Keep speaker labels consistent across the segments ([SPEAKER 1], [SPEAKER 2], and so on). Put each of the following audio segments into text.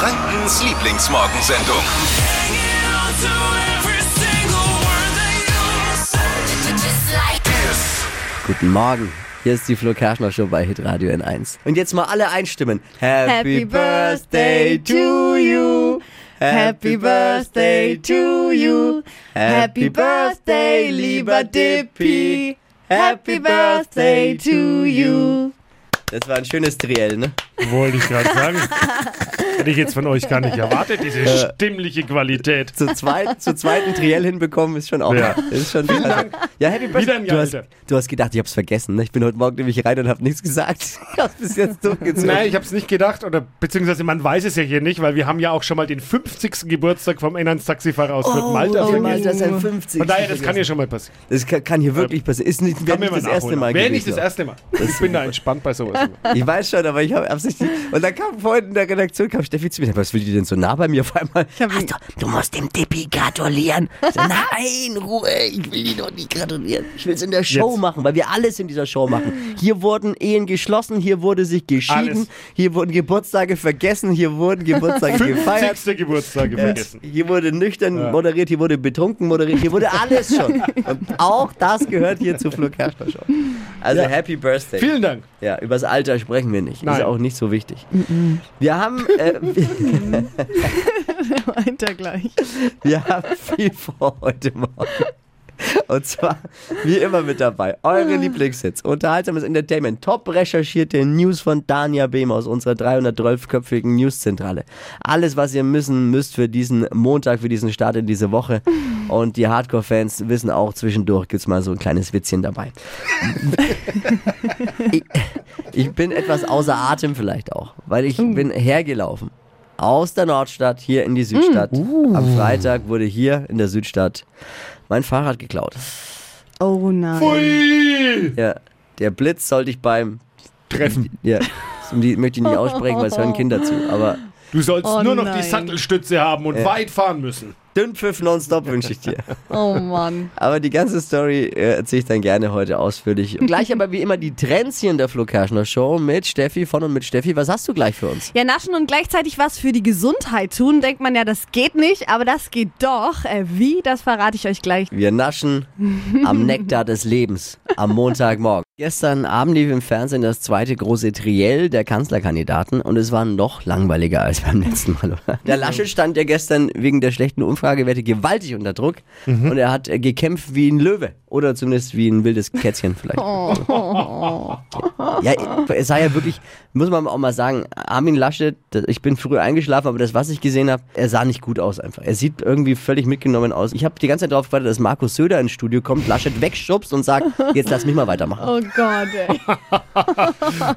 [SPEAKER 1] Frankens Lieblingsmorgensendung.
[SPEAKER 2] Guten Morgen. Hier ist die Flo Kerschner Show bei Hitradio N1. Und jetzt mal alle einstimmen. Happy,
[SPEAKER 3] Happy Birthday to you. Happy Birthday to you. Happy Birthday, lieber Dippy. Happy Birthday to you.
[SPEAKER 2] Das war ein schönes Triell, ne?
[SPEAKER 4] Wollte ich gerade sagen. Hätte ich jetzt von euch gar nicht erwartet, diese
[SPEAKER 2] Äh.
[SPEAKER 4] stimmliche Qualität.
[SPEAKER 2] Zu zweit, zur zweiten Triell hinbekommen ist schon auch.
[SPEAKER 4] Ja.
[SPEAKER 2] Ist schon klasse. ja, Happy
[SPEAKER 4] Wieder
[SPEAKER 2] Birthday.
[SPEAKER 4] ein
[SPEAKER 2] Du
[SPEAKER 4] Jahr
[SPEAKER 2] hast,
[SPEAKER 4] älter.
[SPEAKER 2] du hast gedacht, ich hab's vergessen. Ne? Ich bin heute Morgen nämlich rein und hab nichts gesagt. Ich hab's bis jetzt durchgezogen.
[SPEAKER 4] Nein, ich habe es nicht gedacht, oder beziehungsweise man weiß es ja hier nicht, weil wir haben ja auch schon mal den 50. Geburtstag vom Inlandstaxifahrer aus Fürth Malta
[SPEAKER 2] oh,
[SPEAKER 4] vergessen.
[SPEAKER 2] Malta ist ein 50.
[SPEAKER 4] Von daher, das kann ja schon mal passieren.
[SPEAKER 2] Das kann, kann hier wirklich passieren. Ist nicht, wär
[SPEAKER 4] Äh, Kann mir
[SPEAKER 2] nicht
[SPEAKER 4] mal
[SPEAKER 2] das erste
[SPEAKER 4] nachholen.
[SPEAKER 2] Mal
[SPEAKER 4] Wäre nicht
[SPEAKER 2] gewesen.
[SPEAKER 4] das erste Mal. Ich bin da entspannt bei sowas. immer.
[SPEAKER 2] Ich weiß schon, aber ich habe absichtlich. Und dann kam vorhin in der Redaktion kam Steffi zu mir. Was will die denn so nah bei mir auf einmal? Hast du, du musst dem Dippi gratulieren. Ich so, nein, Ruhe, ich will die doch nicht gratulieren. Ich will es in der Show
[SPEAKER 4] Jetzt.
[SPEAKER 2] machen, weil wir alles in dieser Show machen. Hier wurden Ehen geschlossen, hier wurde sich geschieden,
[SPEAKER 4] Alles.
[SPEAKER 2] hier wurden Geburtstage vergessen, hier wurden Geburtstage gefeiert.
[SPEAKER 4] 50. Geburtstag vergessen.
[SPEAKER 2] Hier wurde nüchtern moderiert, hier wurde betrunken moderiert, hier wurde alles schon. Und auch das gehört hier zur Flo Kerschner Show. Also Happy Birthday.
[SPEAKER 4] Vielen Dank.
[SPEAKER 2] Ja, übers Alter sprechen wir nicht.
[SPEAKER 4] Nein.
[SPEAKER 2] Ist auch nicht so wichtig. Wir haben, äh, wir,
[SPEAKER 3] Meint er gleich.
[SPEAKER 2] wir haben viel vor heute Morgen. Und zwar, wie immer mit dabei, eure Lieblingshits, unterhaltsames Entertainment, top recherchierte News von Dania Behm aus unserer 312-köpfigen Newszentrale. Alles, was ihr müssen müsst für diesen Montag, für diesen Start in diese Woche. Und die Hardcore-Fans wissen auch, zwischendurch gibt's mal so ein kleines Witzchen dabei. ich, ich bin etwas außer Atem vielleicht auch, weil ich bin hergelaufen. Aus der Nordstadt hier in die Südstadt. Am Freitag wurde hier in der Südstadt mein Fahrrad geklaut.
[SPEAKER 3] Oh nein.
[SPEAKER 4] Ui!
[SPEAKER 2] Ja, der Blitz sollte ich beim
[SPEAKER 4] Treffen.
[SPEAKER 2] ja, um die möchte ich nicht aussprechen, weil es hören Kinder zu. Aber
[SPEAKER 4] Du sollst
[SPEAKER 3] Oh
[SPEAKER 4] nur noch
[SPEAKER 3] nein.
[SPEAKER 4] die Sattelstütze haben und weit fahren müssen.
[SPEAKER 2] Dünnpfiff nonstop wünsche ich dir.
[SPEAKER 3] Oh Mann.
[SPEAKER 2] Aber die ganze Story äh, erzähle ich dann gerne heute ausführlich. Und Gleich aber wie immer die Trends hier in der Flo Kerschner Show mit Steffi von und mit Steffi. Was hast du gleich für uns?
[SPEAKER 3] Ja, naschen und gleichzeitig was für die Gesundheit tun, denkt man ja, das geht nicht, aber das geht doch. Äh, wie, das verrate ich euch gleich.
[SPEAKER 2] Wir naschen am Nektar des Lebens am Montagmorgen. Gestern Abend lief im Fernsehen das zweite große Triell der Kanzlerkandidaten und es war noch langweiliger als beim letzten Mal. Oder? Der Laschet stand ja gestern wegen der schlechten Umfragewerte gewaltig unter Druck und er hat äh, gekämpft wie ein Löwe oder zumindest wie ein wildes Kätzchen vielleicht. Ja, es sah ja wirklich, muss man auch mal sagen, Armin Laschet, ich bin früh eingeschlafen, aber das, was ich gesehen habe, er sah nicht gut aus einfach. Er sieht irgendwie völlig mitgenommen aus. Ich habe die ganze Zeit darauf gewartet, dass Markus Söder ins Studio kommt, Laschet wegschubst und sagt, jetzt lass mich mal weitermachen.
[SPEAKER 3] Oh Gott, ey.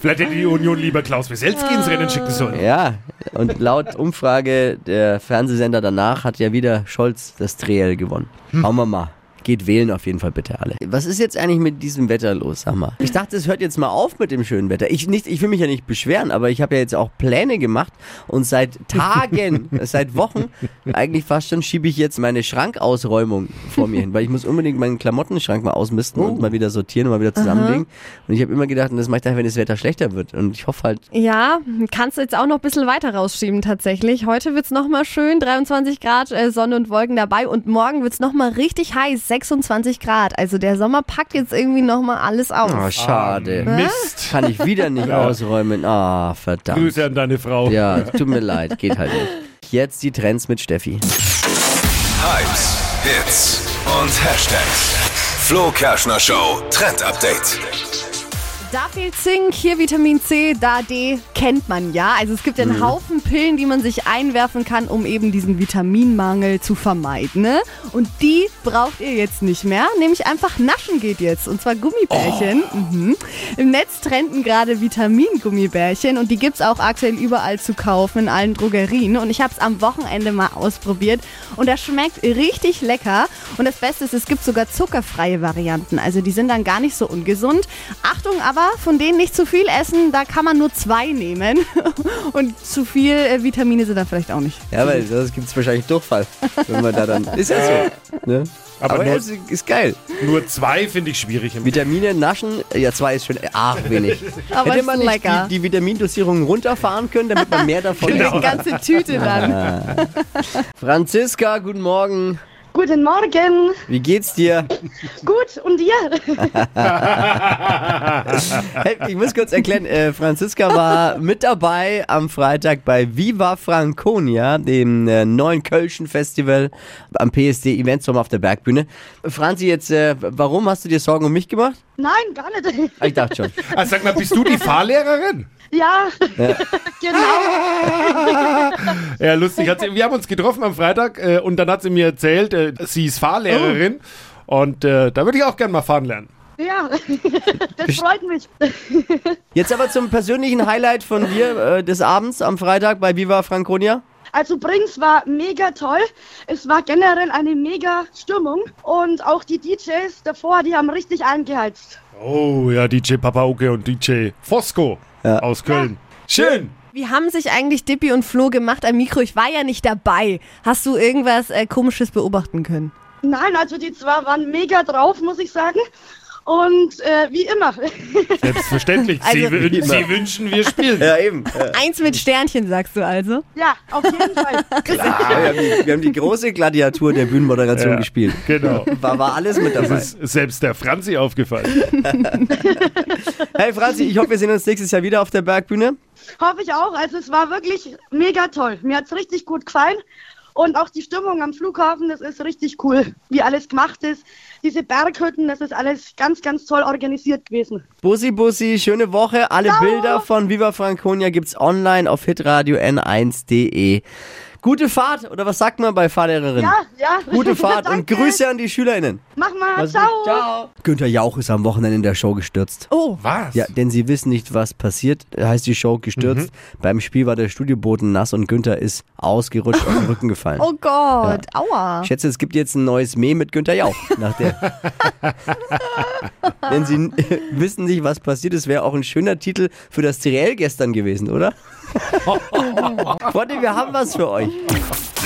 [SPEAKER 4] Vielleicht hätte die Union lieber Klaus Wieselski ins Rennen schicken sollen.
[SPEAKER 2] Ja, und laut Umfrage der Fernsehsender danach hat ja wieder Scholz das Triell gewonnen. Schauen wir mal. Geht wählen auf jeden Fall bitte alle. Was ist jetzt eigentlich mit diesem Wetter los, sag mal? Ich dachte, es hört jetzt mal auf mit dem schönen Wetter. Ich, nicht, ich will mich ja nicht beschweren, aber ich habe ja jetzt auch Pläne gemacht und seit Tagen, seit Wochen, eigentlich fast schon schiebe ich jetzt meine Schrankausräumung vor mir hin, weil ich muss unbedingt meinen Klamottenschrank mal ausmisten und mal wieder sortieren und mal wieder zusammenlegen. Und ich habe immer gedacht, und das mache ich dann, wenn das Wetter schlechter wird. Und ich hoffe halt,
[SPEAKER 3] Ja, kannst du jetzt auch noch ein bisschen weiter rausschieben tatsächlich. Heute wird's noch nochmal schön, 23 Grad, äh, Sonne und Wolken dabei und morgen wird's noch nochmal richtig heiß, 26 Grad. Also der Sommer packt jetzt irgendwie nochmal alles aus.
[SPEAKER 2] oh, schade.
[SPEAKER 4] Mist.
[SPEAKER 2] Kann ich wieder nicht
[SPEAKER 4] Ja.
[SPEAKER 2] ausräumen. Ah, verdammt.
[SPEAKER 4] Grüße an deine Frau.
[SPEAKER 2] Ja, tut mir leid, geht halt nicht. Jetzt die Trends mit Steffi.
[SPEAKER 1] Hypes, Hits und Hashtags. Flo Kerschner Show Trend Update.
[SPEAKER 3] Da fehlt Zink, hier Vitamin C, da D, kennt man ja. Also es gibt ja einen Haufen Pillen, die man sich einwerfen kann, um eben diesen Vitaminmangel zu vermeiden. Ne? Und die braucht ihr jetzt nicht mehr, nämlich einfach Naschen geht jetzt. Und zwar Gummibärchen. Mhm. Im Netz trenden gerade Vitamin-Gummibärchen und die gibt's auch aktuell überall zu kaufen, in allen Drogerien. Und ich habe es am Wochenende mal ausprobiert und das schmeckt richtig lecker. Und das Beste ist, es gibt sogar zuckerfreie Varianten. Also die sind dann gar nicht so ungesund. Achtung aber aber von denen nicht zu viel essen, da kann man nur zwei nehmen. Und zu viel äh, Vitamine sind da vielleicht auch nicht.
[SPEAKER 2] Ja, weil sonst gibt es wahrscheinlich Durchfall, wenn man da dann. Ist ja so. Ne?
[SPEAKER 4] Aber
[SPEAKER 2] Aber,
[SPEAKER 4] nur-
[SPEAKER 2] es ist geil.
[SPEAKER 4] Nur zwei finde ich schwierig. Im
[SPEAKER 2] Vitamine naschen, ja, zwei ist schon arg wenig.
[SPEAKER 3] Aber
[SPEAKER 2] Hätte
[SPEAKER 3] ist
[SPEAKER 2] man nicht
[SPEAKER 3] lecker.
[SPEAKER 2] Die, die Vitamindosierung runterfahren können, damit man mehr davon
[SPEAKER 3] Die
[SPEAKER 2] genau.
[SPEAKER 3] ganze Tüte dann.
[SPEAKER 2] Franziska, guten Morgen.
[SPEAKER 5] Guten Morgen.
[SPEAKER 2] Wie geht's dir?
[SPEAKER 5] Gut, und dir?
[SPEAKER 2] Hey, ich muss kurz erklären, äh, Franziska war mit dabei am Freitag bei Viva Franconia, dem äh, neuen Kölschen Festival am PSD Eventsommer auf der Bergbühne. Franzi, jetzt, äh, warum hast du dir Sorgen um mich gemacht?
[SPEAKER 5] Nein, gar nicht.
[SPEAKER 2] Ah, Ich dachte schon.
[SPEAKER 4] Ah, sag mal, bist du die Fahrlehrerin?
[SPEAKER 5] Ja, genau.
[SPEAKER 4] Ja, lustig. Hat sie, wir haben uns getroffen am Freitag äh, und dann hat sie mir erzählt, äh, sie ist Fahrlehrerin.
[SPEAKER 2] Oh.
[SPEAKER 4] Und äh, da würde ich auch gerne mal fahren lernen.
[SPEAKER 5] Ja, das freut mich.
[SPEAKER 2] Jetzt aber zum persönlichen Highlight von dir äh, des Abends am Freitag bei Viva Franconia.
[SPEAKER 5] Also Brings war mega toll. Es war generell eine mega Stimmung und auch die DJs davor, die haben richtig eingeheizt.
[SPEAKER 4] Oh ja, DJ Papauke und DJ Fosco aus Köln. Schön.
[SPEAKER 3] Wie haben sich eigentlich Dippy und Flo gemacht am Mikro? Ich war ja nicht dabei. Hast du irgendwas äh, Komisches beobachten können?
[SPEAKER 5] Nein, also die zwei waren mega drauf, muss ich sagen. Und äh, wie immer.
[SPEAKER 4] Selbstverständlich. sie,
[SPEAKER 3] Also-
[SPEAKER 4] wün- sie wünschen, wir spielen.
[SPEAKER 2] eben.
[SPEAKER 3] Eins mit Sternchen, sagst du also?
[SPEAKER 5] Ja, auf jeden Fall.
[SPEAKER 2] Ah, wir, haben die, wir haben die große Gladiatur der Bühnenmoderation
[SPEAKER 4] Ja.
[SPEAKER 2] gespielt.
[SPEAKER 4] Genau.
[SPEAKER 2] War, war alles mit dabei.
[SPEAKER 4] Das ist selbst der Franzi aufgefallen.
[SPEAKER 2] Hey Franzi, ich hoffe, wir sehen uns nächstes Jahr wieder auf der Bergbühne.
[SPEAKER 5] Hoffe ich auch. Also es war wirklich mega toll. Mir hat's richtig gut gefallen. Und auch die Stimmung am Flughafen, das ist richtig cool, wie alles gemacht ist. Diese Berghütten, das ist alles ganz, ganz toll organisiert gewesen.
[SPEAKER 2] Bussi Bussi, schöne Woche. Alle Bilder von Viva Franconia gibt's online auf hitradio n1.de. Gute Fahrt, oder was sagt man bei Fahrlehrerin?
[SPEAKER 5] Ja, ja.
[SPEAKER 2] Gute Fahrt und
[SPEAKER 5] Danke.
[SPEAKER 2] Grüße an die SchülerInnen.
[SPEAKER 5] Mach mal.
[SPEAKER 2] Mach's gut.
[SPEAKER 5] Ciao.
[SPEAKER 2] Ciao. Günther Jauch ist am Wochenende in der Show gestürzt.
[SPEAKER 3] Oh,
[SPEAKER 4] Was?
[SPEAKER 2] Ja, denn sie wissen nicht, was passiert. Heißt die Show gestürzt. Beim Spiel war der Studioboden nass und Günther ist ausgerutscht auf den Rücken gefallen.
[SPEAKER 3] oh Gott, aua.
[SPEAKER 2] Ich schätze, es gibt jetzt ein neues Meme mit Günther Jauch. Nach der Wenn Sie n- wissen nicht, was passiert ist, wäre auch ein schöner Titel für das Triell gestern gewesen, oder? Freunde, wir haben was für euch.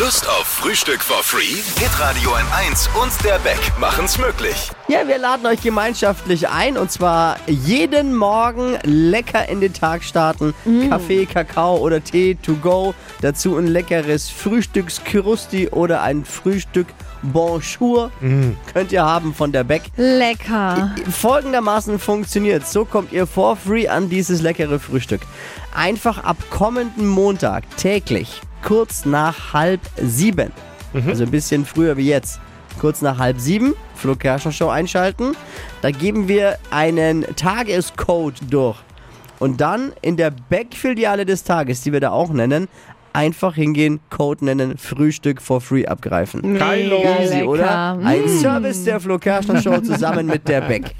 [SPEAKER 1] Lust auf Frühstück for free? Hitradio N1 und der Beck machen's möglich.
[SPEAKER 2] Ja, wir laden euch gemeinschaftlich ein und zwar jeden Morgen lecker in den Tag starten. Kaffee, Kakao oder Tee to go. Dazu ein leckeres Frühstückskrusti oder ein Frühstück Bonjour. Könnt ihr haben von der Beck.
[SPEAKER 3] Lecker.
[SPEAKER 2] Folgendermaßen funktioniert. So kommt ihr for free an dieses leckere Frühstück. Einfach ab kommenden Montag täglich kurz nach halb sieben. Also ein bisschen früher wie jetzt. Kurz nach halb sieben, Flo Kerschner Show einschalten. Da geben wir einen Tagescode durch. Und dann in der Backfiliale des Tages, die wir da auch nennen, einfach hingehen, Code nennen, Frühstück for free abgreifen.
[SPEAKER 4] Geilo.
[SPEAKER 2] Easy,
[SPEAKER 3] lecker.
[SPEAKER 2] oder? Ein Service der Flo Kerschner Show zusammen mit der Beck.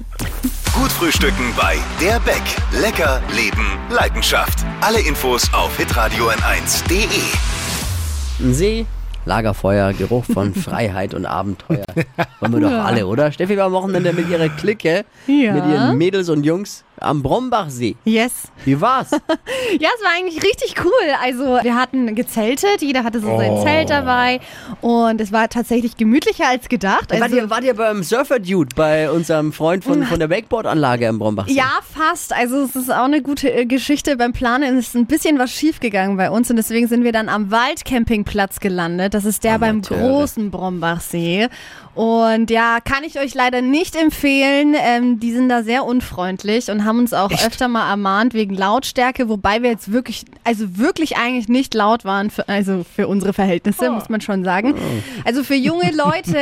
[SPEAKER 1] Gut frühstücken bei der Beck. Lecker, Leben, Leidenschaft. Alle Infos auf hitradio n1.de.
[SPEAKER 2] Ein See, Lagerfeuer, Geruch von Freiheit und Abenteuer. Wollen wir doch alle, oder? Steffi war am Wochenende mit ihrer Clique,
[SPEAKER 3] Ja.
[SPEAKER 2] mit ihren Mädels und Jungs am Brombachsee.
[SPEAKER 3] Yes.
[SPEAKER 2] Wie war's?
[SPEAKER 3] Ja, es war eigentlich richtig cool. Also wir hatten gezeltet, jeder hatte so sein Zelt dabei und es war tatsächlich gemütlicher als gedacht.
[SPEAKER 2] wart,
[SPEAKER 3] Also,
[SPEAKER 2] ihr, wart ihr beim Surfer-Dude, bei unserem Freund von, von der Wakeboard-Anlage am Brombachsee?
[SPEAKER 3] ja, fast. Also es ist auch eine gute äh, Geschichte. Beim Planen ist ein bisschen was schiefgegangen bei uns und deswegen sind wir dann am Waldcampingplatz gelandet. Das ist der beim
[SPEAKER 2] Amateure.
[SPEAKER 3] großen Brombachsee. Und ja, kann ich euch leider nicht empfehlen. Ähm, die sind da sehr unfreundlich und haben uns auch öfter mal ermahnt wegen Lautstärke, wobei wir jetzt wirklich, also wirklich eigentlich nicht laut waren, für, also für unsere Verhältnisse, muss man schon sagen. Also für junge Leute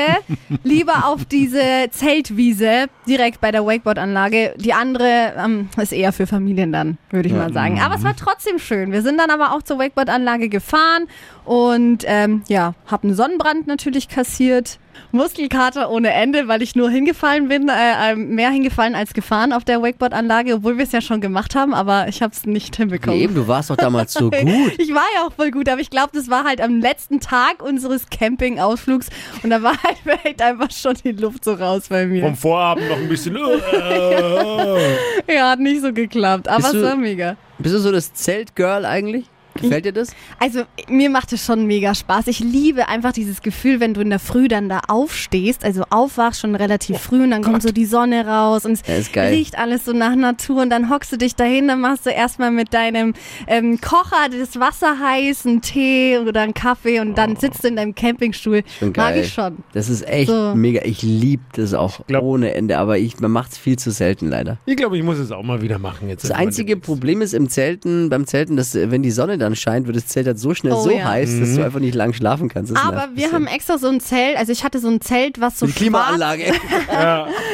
[SPEAKER 3] lieber auf diese Zeltwiese direkt bei der Wakeboard-Anlage. Die andere ähm, ist eher für Familien dann, würde ich mal sagen. Aber es war trotzdem schön. Wir sind dann aber auch zur Wakeboard-Anlage gefahren und ähm, ja, hab einen Sonnenbrand natürlich kassiert. Muskelkater ohne Ende, weil ich nur hingefallen bin, äh, äh, mehr hingefallen als gefahren auf der Wakeboard-Anlage, obwohl wir es ja schon gemacht haben, aber ich habe es nicht hinbekommen.
[SPEAKER 2] Nee, eben, du warst doch damals so gut.
[SPEAKER 3] Ich war ja auch voll gut, aber ich glaube, das war halt am letzten Tag unseres Campingausflugs und da war halt echt einfach schon die Luft so raus bei mir.
[SPEAKER 4] Vom Vorabend noch ein bisschen. äh,
[SPEAKER 3] Ja, hat nicht so geklappt, aber
[SPEAKER 2] Bist
[SPEAKER 3] es
[SPEAKER 2] du-
[SPEAKER 3] war mega.
[SPEAKER 2] Bist du so das Zeltgirl eigentlich? Gefällt dir das?
[SPEAKER 3] Also mir macht es schon mega Spaß. Ich liebe einfach dieses Gefühl, wenn du in der Früh dann da aufstehst, also aufwachst schon relativ früh und dann kommt so die Sonne raus und es
[SPEAKER 2] Ja, ist geil.
[SPEAKER 3] riecht alles so nach Natur und dann hockst du dich dahin, dann machst du erstmal mit deinem ähm, Kocher das Wasser heiß, einen Tee oder einen Kaffee und dann sitzt du in deinem Campingstuhl.
[SPEAKER 2] Schon
[SPEAKER 3] Mag
[SPEAKER 2] geil.
[SPEAKER 3] ich Oh. schon.
[SPEAKER 2] Das ist echt
[SPEAKER 3] So.
[SPEAKER 2] mega. Ich liebe das auch
[SPEAKER 4] glaub-
[SPEAKER 2] ohne Ende, aber ich, man macht es viel zu selten leider.
[SPEAKER 4] Ich glaube, ich muss es auch mal wieder machen jetzt.
[SPEAKER 2] Das einzige Problem ist im Zelten, beim Zelten, dass äh, wenn die Sonne dann scheint, wird das Zelt halt so schnell
[SPEAKER 3] Oh,
[SPEAKER 2] so
[SPEAKER 3] ja.
[SPEAKER 2] heiß,
[SPEAKER 4] Mhm.
[SPEAKER 2] dass du einfach nicht lang schlafen kannst. Das nervt
[SPEAKER 3] Aber
[SPEAKER 2] ein
[SPEAKER 3] wir
[SPEAKER 2] bisschen.
[SPEAKER 3] haben extra so ein Zelt, also ich hatte so ein Zelt, was so
[SPEAKER 2] die Klimaanlage.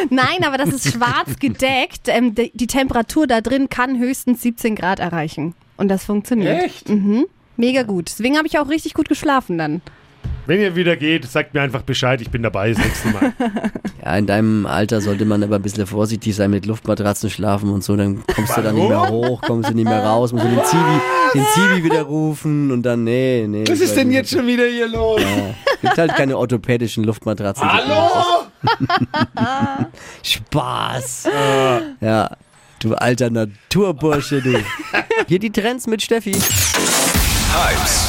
[SPEAKER 3] Nein, aber das ist schwarz gedeckt. Ähm, die, die Temperatur da drin kann höchstens 17 Grad erreichen. Und das funktioniert.
[SPEAKER 4] Echt?
[SPEAKER 3] Mega gut. Deswegen habe ich auch richtig gut geschlafen dann.
[SPEAKER 4] Wenn ihr wieder geht, sagt mir einfach Bescheid. Ich bin dabei das nächste Mal.
[SPEAKER 2] Ja, in deinem Alter sollte man aber ein bisschen vorsichtig sein mit Luftmatratzen schlafen und so, dann kommst du da nicht mehr hoch, kommst du nicht mehr raus, musst du den Zivi, den Zivi wieder rufen und dann, nee, nee.
[SPEAKER 4] Was ist denn jetzt schon wieder hier los?
[SPEAKER 2] Gibt halt keine orthopädischen Luftmatratzen.
[SPEAKER 4] Hallo?
[SPEAKER 2] Spaß.
[SPEAKER 4] Ah.
[SPEAKER 2] Ja, du alter Naturbursche, du. Hier die Trends mit Steffi.
[SPEAKER 1] Hypes,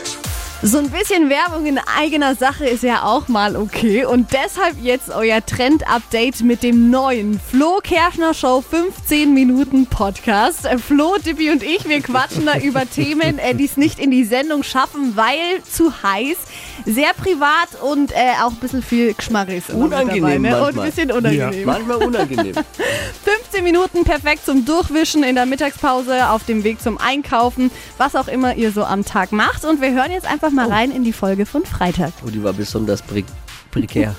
[SPEAKER 3] So ein bisschen Werbung in eigener Sache ist ja auch mal okay. Und deshalb jetzt euer Trend-Update mit dem neuen Flo Kerschner Show 15 Minuten Podcast. Äh, Flo, Dippi und ich, wir quatschen da über Themen, äh, die es nicht in die Sendung schaffen, weil zu heiß, sehr privat und äh, auch ein bisschen viel Geschmarre ist immer mit
[SPEAKER 2] Unangenehm
[SPEAKER 3] dabei, ne? Und ein
[SPEAKER 2] manchmal.
[SPEAKER 3] bisschen unangenehm.
[SPEAKER 2] Manchmal unangenehm.
[SPEAKER 3] 15 Minuten perfekt zum Durchwischen in der Mittagspause, auf dem Weg zum Einkaufen, was auch immer ihr so am Tag macht. Und wir hören jetzt einfach mal rein in die Folge von Freitag.
[SPEAKER 2] Oh, die war besonders prik prekär.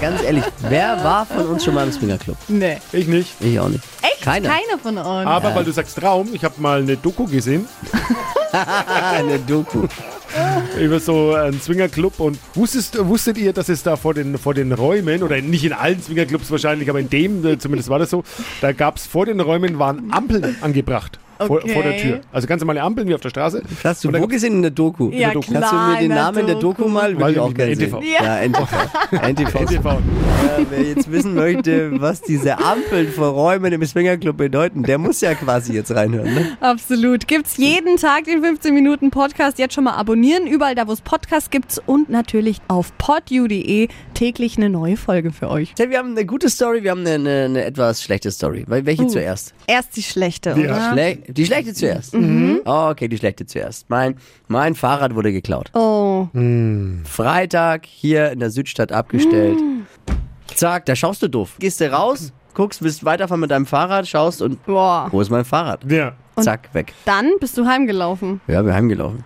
[SPEAKER 2] Ganz ehrlich, wer war von uns schon mal im Swingerclub?
[SPEAKER 3] Nee.
[SPEAKER 4] Ich nicht.
[SPEAKER 2] Ich auch nicht.
[SPEAKER 3] Echt?
[SPEAKER 2] Keiner.
[SPEAKER 3] Keiner von uns.
[SPEAKER 4] Aber weil du sagst Traum, ich habe mal eine Doku gesehen
[SPEAKER 2] Ah, eine Doku.
[SPEAKER 4] über so einen Swingerclub und wusstest, wusstet ihr, dass es da vor den, vor den Räumen, oder nicht in allen Swingerclubs wahrscheinlich, aber in dem äh, zumindest war das so, da gab es vor den Räumen waren Ampeln angebracht. Vor,
[SPEAKER 3] Okay.
[SPEAKER 4] vor der Tür. Also ganz normale Ampeln wie auf der Straße.
[SPEAKER 2] Hast du
[SPEAKER 4] Und da
[SPEAKER 2] wo gesehen in der Doku?
[SPEAKER 3] Ja,
[SPEAKER 2] Kannst
[SPEAKER 3] klar,
[SPEAKER 2] du mir
[SPEAKER 3] in
[SPEAKER 2] den
[SPEAKER 3] der
[SPEAKER 2] Namen der Doku
[SPEAKER 3] Doku.
[SPEAKER 2] mal?
[SPEAKER 4] Weiß
[SPEAKER 2] Würde ich
[SPEAKER 4] ich
[SPEAKER 2] auch
[SPEAKER 4] nicht mehr,
[SPEAKER 2] gerne sehen.
[SPEAKER 4] NTV.
[SPEAKER 2] Ja, NTV. NTV.
[SPEAKER 4] NTV.
[SPEAKER 2] Äh, wer jetzt wissen möchte, was diese Ampeln vor Räumen im Swingerclub bedeuten, der muss ja quasi jetzt reinhören. Ne?
[SPEAKER 3] Absolut. Gibt's jeden Tag den 15 Minuten Podcast. Jetzt schon mal abonnieren. Überall da, wo es Podcasts gibt. Und natürlich auf podu.de täglich eine neue Folge für euch.
[SPEAKER 2] Tja, wir haben eine gute Story, wir haben eine, eine, eine etwas schlechte Story. Wel- Welche
[SPEAKER 3] Uh.
[SPEAKER 2] zuerst?
[SPEAKER 3] Erst die schlechte, oder?
[SPEAKER 2] Schle die schlechte zuerst. Oh, okay, die schlechte zuerst. Mein, mein Fahrrad wurde geklaut.
[SPEAKER 3] Oh,
[SPEAKER 2] Freitag hier in der Südstadt abgestellt.
[SPEAKER 4] Mm.
[SPEAKER 2] Zack, da schaust du doof. Gehst du raus, guckst, willst weiterfahren mit deinem Fahrrad, schaust und
[SPEAKER 3] boah.
[SPEAKER 2] wo ist mein Fahrrad?
[SPEAKER 4] Ja.
[SPEAKER 2] Zack, weg.
[SPEAKER 3] Dann bist du heimgelaufen.
[SPEAKER 2] Ja, wir haben gelaufen.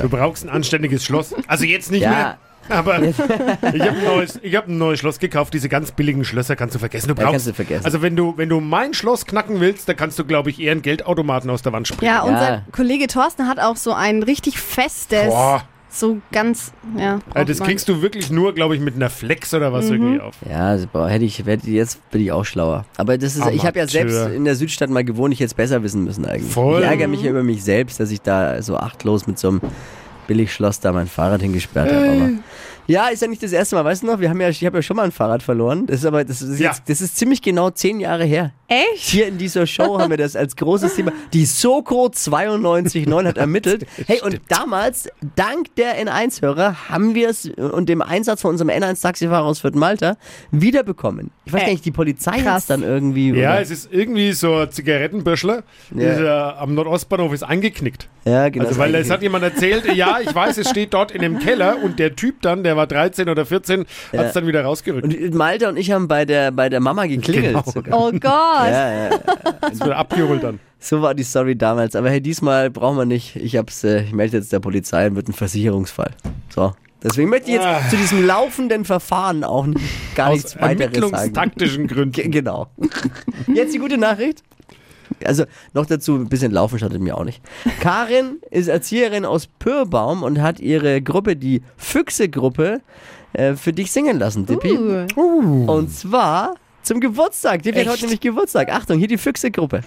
[SPEAKER 4] Du brauchst ein anständiges Schloss. Also jetzt nicht
[SPEAKER 2] Ja.
[SPEAKER 4] mehr. Aber ich habe ein, neues- ich hab ein neues Schloss gekauft. Diese ganz billigen Schlösser kannst du vergessen. Du
[SPEAKER 2] Ja,
[SPEAKER 4] brauchst,
[SPEAKER 2] kannst du vergessen.
[SPEAKER 4] Also wenn du, wenn du mein Schloss knacken willst, dann kannst du, glaube ich, eher einen Geldautomaten aus der Wand springen.
[SPEAKER 3] Ja, unser
[SPEAKER 2] Ja.
[SPEAKER 3] Kollege Thorsten hat auch so ein richtig festes,
[SPEAKER 4] Boah.
[SPEAKER 3] so ganz, ja.
[SPEAKER 4] Äh,
[SPEAKER 3] braucht
[SPEAKER 4] das
[SPEAKER 3] man.
[SPEAKER 4] kriegst du wirklich nur, glaube ich, mit einer Flex oder
[SPEAKER 2] Mhm.
[SPEAKER 4] was irgendwie auf.
[SPEAKER 2] Ja, also, boah, hätte ich, hätte, jetzt bin ich auch schlauer. Aber das ist, ich habe ja
[SPEAKER 4] Amateur.
[SPEAKER 2] selbst in der Südstadt mal gewohnt, ich hätte es besser wissen müssen eigentlich.
[SPEAKER 4] Voll.
[SPEAKER 2] Ich ärgere mich ja über mich selbst, dass ich da so achtlos mit so einem Billigschloss da mein Fahrrad hingesperrt habe. Aber ja, ist ja nicht das erste Mal, weißt du noch? Wir haben ja, ich habe ja schon mal ein Fahrrad verloren. Das ist aber, das ist
[SPEAKER 4] Ja.
[SPEAKER 2] jetzt, das ist ziemlich genau zehn Jahre her.
[SPEAKER 3] Echt?
[SPEAKER 2] Hier in dieser Show haben wir das als großes Thema. Die Soko 929 hat ermittelt. Hey, und damals, dank der N1-Hörer, haben wir es äh, und dem Einsatz von unserem N1-Taxifahrer aus Fürth Malta wiederbekommen. Ich weiß
[SPEAKER 3] Ey,
[SPEAKER 2] gar nicht, die Polizei hat
[SPEAKER 3] krass.
[SPEAKER 2] es dann irgendwie.
[SPEAKER 4] Ja, also
[SPEAKER 2] oder?
[SPEAKER 4] es ist irgendwie so ein Zigarettenbüschler,
[SPEAKER 2] Ja.
[SPEAKER 4] der am Nordostbahnhof ist angeknickt.
[SPEAKER 2] ja genau.
[SPEAKER 4] Also, weil es hat jemand erzählt, ja, ich weiß, es steht dort in dem Keller und der Typ dann, der war 13 oder 14, hat es dann wieder rausgerückt.
[SPEAKER 2] und Malta und ich haben bei der, bei der Mama geklingelt.
[SPEAKER 4] Genau.
[SPEAKER 2] sogar.
[SPEAKER 3] Oh Gott.
[SPEAKER 2] Ja, ja.
[SPEAKER 4] Ist wieder abgeholt dann.
[SPEAKER 2] So war die Story damals. Aber hey, diesmal brauchen wir nicht. Ich hab's, äh, ich melde jetzt der Polizei und wird ein Versicherungsfall. So. Deswegen möchte ich jetzt
[SPEAKER 4] Ah.
[SPEAKER 2] zu diesem laufenden Verfahren auch n- gar
[SPEAKER 4] Aus
[SPEAKER 2] nichts weiteres sagen.
[SPEAKER 4] ermittlungstaktischen Gründen.
[SPEAKER 2] Ge- Genau. Jetzt die gute Nachricht. Also noch dazu, ein bisschen laufen schadet mir auch nicht. Karin ist Erzieherin aus Pürbaum und hat ihre Gruppe, die Füchse-Gruppe, äh, für dich singen lassen, Dippi.
[SPEAKER 3] Uh,
[SPEAKER 2] Und zwar zum Geburtstag. Dippi hat heute nämlich Geburtstag. Achtung, hier die Füchse-Gruppe.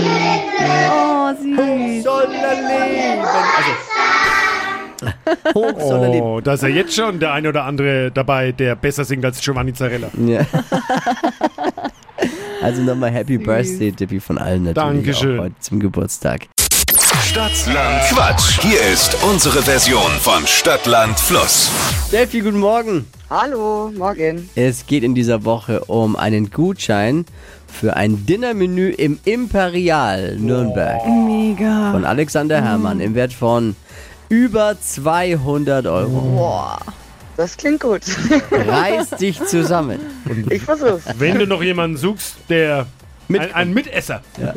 [SPEAKER 3] oh, süß.
[SPEAKER 2] Soll er leben. Also, hoch soll er leben.
[SPEAKER 4] Oh, da ist ja jetzt schon der eine oder andere dabei, der besser singt als Giovanni Zarella.
[SPEAKER 2] Ja. Also nochmal Happy Birthday, Dippi, von allen natürlich.
[SPEAKER 4] Dankeschön.
[SPEAKER 2] Auch heute zum Geburtstag.
[SPEAKER 1] Stadtland Quatsch. Hier ist unsere Version von Stadtland Fluss.
[SPEAKER 2] Delphi, guten Morgen.
[SPEAKER 6] Hallo, morgen.
[SPEAKER 2] Es geht in dieser Woche um einen Gutschein für ein Dinnermenü im Imperial Nürnberg
[SPEAKER 3] Mega.
[SPEAKER 2] von Alexander Herrmann im Wert von über 200 Euro.
[SPEAKER 3] Boah.
[SPEAKER 6] Das klingt gut.
[SPEAKER 2] Reiß dich zusammen.
[SPEAKER 6] Ich versuch's.
[SPEAKER 4] Wenn du noch jemanden suchst, der. Ein, ein Mitesser.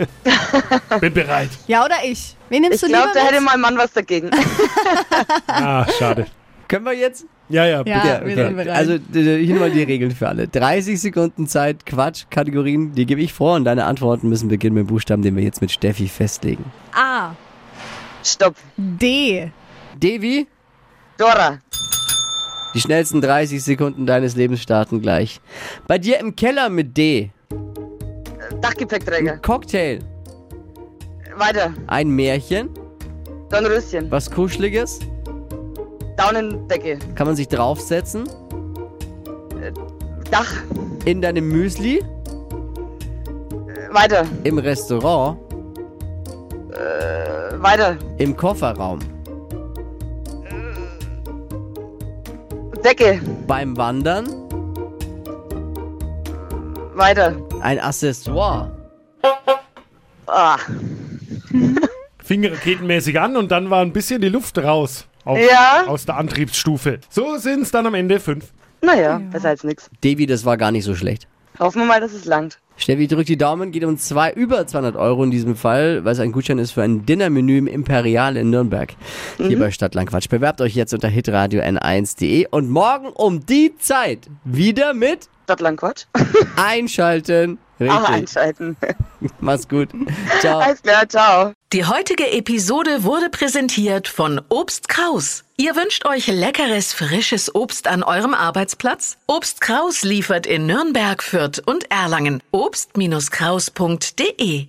[SPEAKER 4] Bin bereit.
[SPEAKER 3] Ja, oder ich? Wen nimmst
[SPEAKER 6] Ich
[SPEAKER 3] du
[SPEAKER 6] glaube,
[SPEAKER 3] lieber
[SPEAKER 6] da hätte
[SPEAKER 3] mit?
[SPEAKER 6] mein Mann was dagegen.
[SPEAKER 4] Ah, schade.
[SPEAKER 2] Können wir jetzt?
[SPEAKER 4] Ja, ja,
[SPEAKER 3] Ja.
[SPEAKER 4] bitte.
[SPEAKER 3] Ah, wir sind bereit.
[SPEAKER 2] Also d- hier nochmal die Regeln für alle. 30 Sekunden Zeit, Quatsch, Kategorien, die gebe ich vor und deine Antworten müssen beginnen mit dem Buchstaben, den wir jetzt mit Steffi festlegen.
[SPEAKER 3] A.
[SPEAKER 6] Stopp.
[SPEAKER 3] D.
[SPEAKER 2] Devi,
[SPEAKER 6] Dora.
[SPEAKER 2] die schnellsten 30 Sekunden deines Lebens starten gleich. Bei dir im Keller mit D.
[SPEAKER 6] Dachgepäckträger.
[SPEAKER 2] Cocktail.
[SPEAKER 6] Weiter.
[SPEAKER 2] Ein Märchen,
[SPEAKER 6] Dornröschen.
[SPEAKER 2] was Kuscheliges,
[SPEAKER 6] Daunendecke.
[SPEAKER 2] kann man sich draufsetzen,
[SPEAKER 6] Dach.
[SPEAKER 2] in deinem Müsli,
[SPEAKER 6] Weiter.
[SPEAKER 2] im Restaurant,
[SPEAKER 6] Äh, Weiter.
[SPEAKER 2] im Kofferraum,
[SPEAKER 6] Decke.
[SPEAKER 2] beim Wandern,
[SPEAKER 6] Weiter.
[SPEAKER 2] ein Accessoire.
[SPEAKER 6] Ah.
[SPEAKER 4] Fing raketenmäßig an und dann war ein bisschen die Luft raus. Auf,
[SPEAKER 6] Ja.
[SPEAKER 4] Aus der Antriebsstufe. So sind's dann am Ende fünf.
[SPEAKER 6] Naja, besser als nix.
[SPEAKER 2] Devi, das war gar nicht so schlecht.
[SPEAKER 6] Hoffen wir mal, dass es langt.
[SPEAKER 2] Steffi drückt die Daumen, geht um zwei, über 200 Euro in diesem Fall, weil es ein Gutschein ist für ein Dinnermenü im Imperial in Nürnberg. Hier bei Stadtlandquatsch. Bewerbt euch jetzt unter hitradio n1.de und morgen um die Zeit wieder mit
[SPEAKER 6] Stadtlandquatsch.
[SPEAKER 2] Einschalten.
[SPEAKER 6] Auch
[SPEAKER 2] Richtig.
[SPEAKER 6] einschalten.
[SPEAKER 2] Mach's gut. Ciao.
[SPEAKER 6] Alles klar, ciao.
[SPEAKER 7] Die heutige Episode wurde präsentiert von Obst Kraus. Ihr wünscht euch leckeres, frisches Obst an eurem Arbeitsplatz? Obst Kraus liefert in Nürnberg, Fürth und Erlangen. Obst-Kraus.de